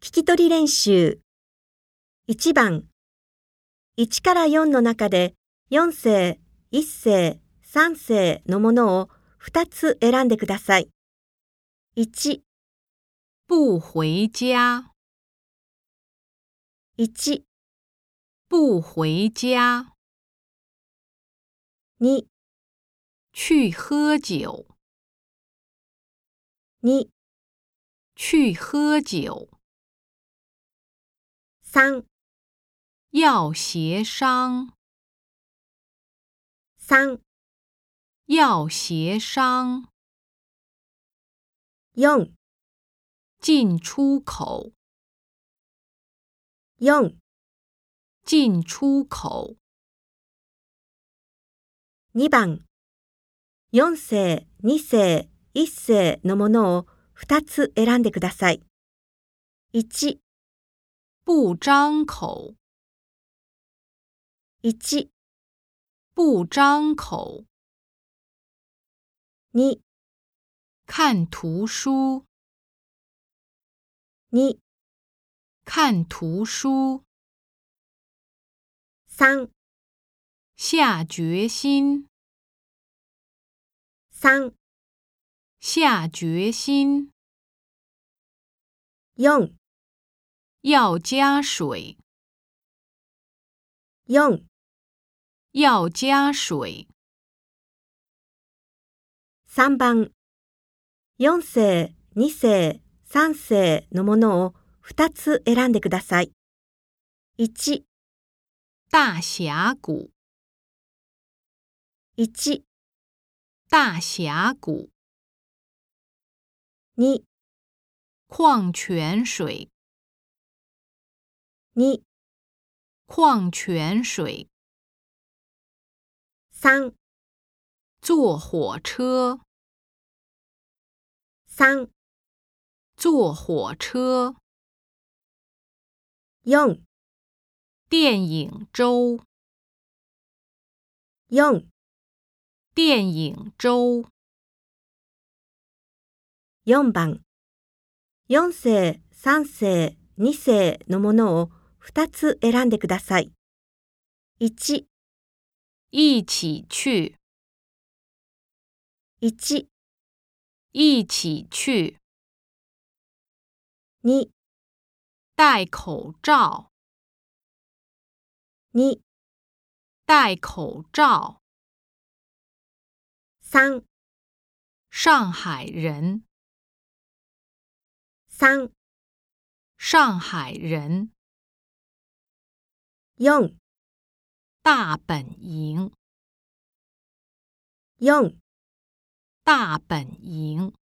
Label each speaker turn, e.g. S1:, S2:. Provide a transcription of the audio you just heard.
S1: 聞き取り練習。1番。1から4の中で、4世、1世、3世のものを2つ選んでください。1、
S2: 不回家，
S1: 1、
S2: 不回家，
S1: 2、
S2: 去喝酒，
S1: 2、
S2: 去喝酒，
S1: 3、
S2: 要协商，
S1: 3、
S2: 要协商，
S1: 4、
S2: 进出口，
S1: 4、
S2: 进出口，
S1: 2番。4世、2世、1世のものを2つ選んでください。1、
S2: 不张口，
S1: 1、
S2: 不张口，
S1: 2、
S2: 看图书，
S1: 2、
S2: 看图书，
S1: 3、
S2: 下决心，
S1: 3、
S2: 下决心，
S1: 4、
S2: 要加水，
S1: 4、
S2: 要加水。
S1: 3番。4世、2世、3世のものを2つ選んでください。1、
S2: 大峡谷，
S1: 1、
S2: 大峡谷，
S1: 2、
S2: 矿泉水，
S1: 2、
S2: 矿泉水，
S1: 3、
S2: 坐火车，
S1: 3、
S2: 坐火车，
S1: 4、
S2: 电影周，
S1: 4、
S2: 电影周，
S1: 4番。4世、3世、2世のものを2つ選んでください。1、
S2: 一起去，
S1: 1、
S2: 一起去，
S1: 2、
S2: 戴口罩，
S1: 2、
S2: 戴口罩，
S1: 3、
S2: 上海人，
S1: 3、
S2: 上海人，
S1: 4、
S2: 大本营，
S1: 4。
S2: 大本营。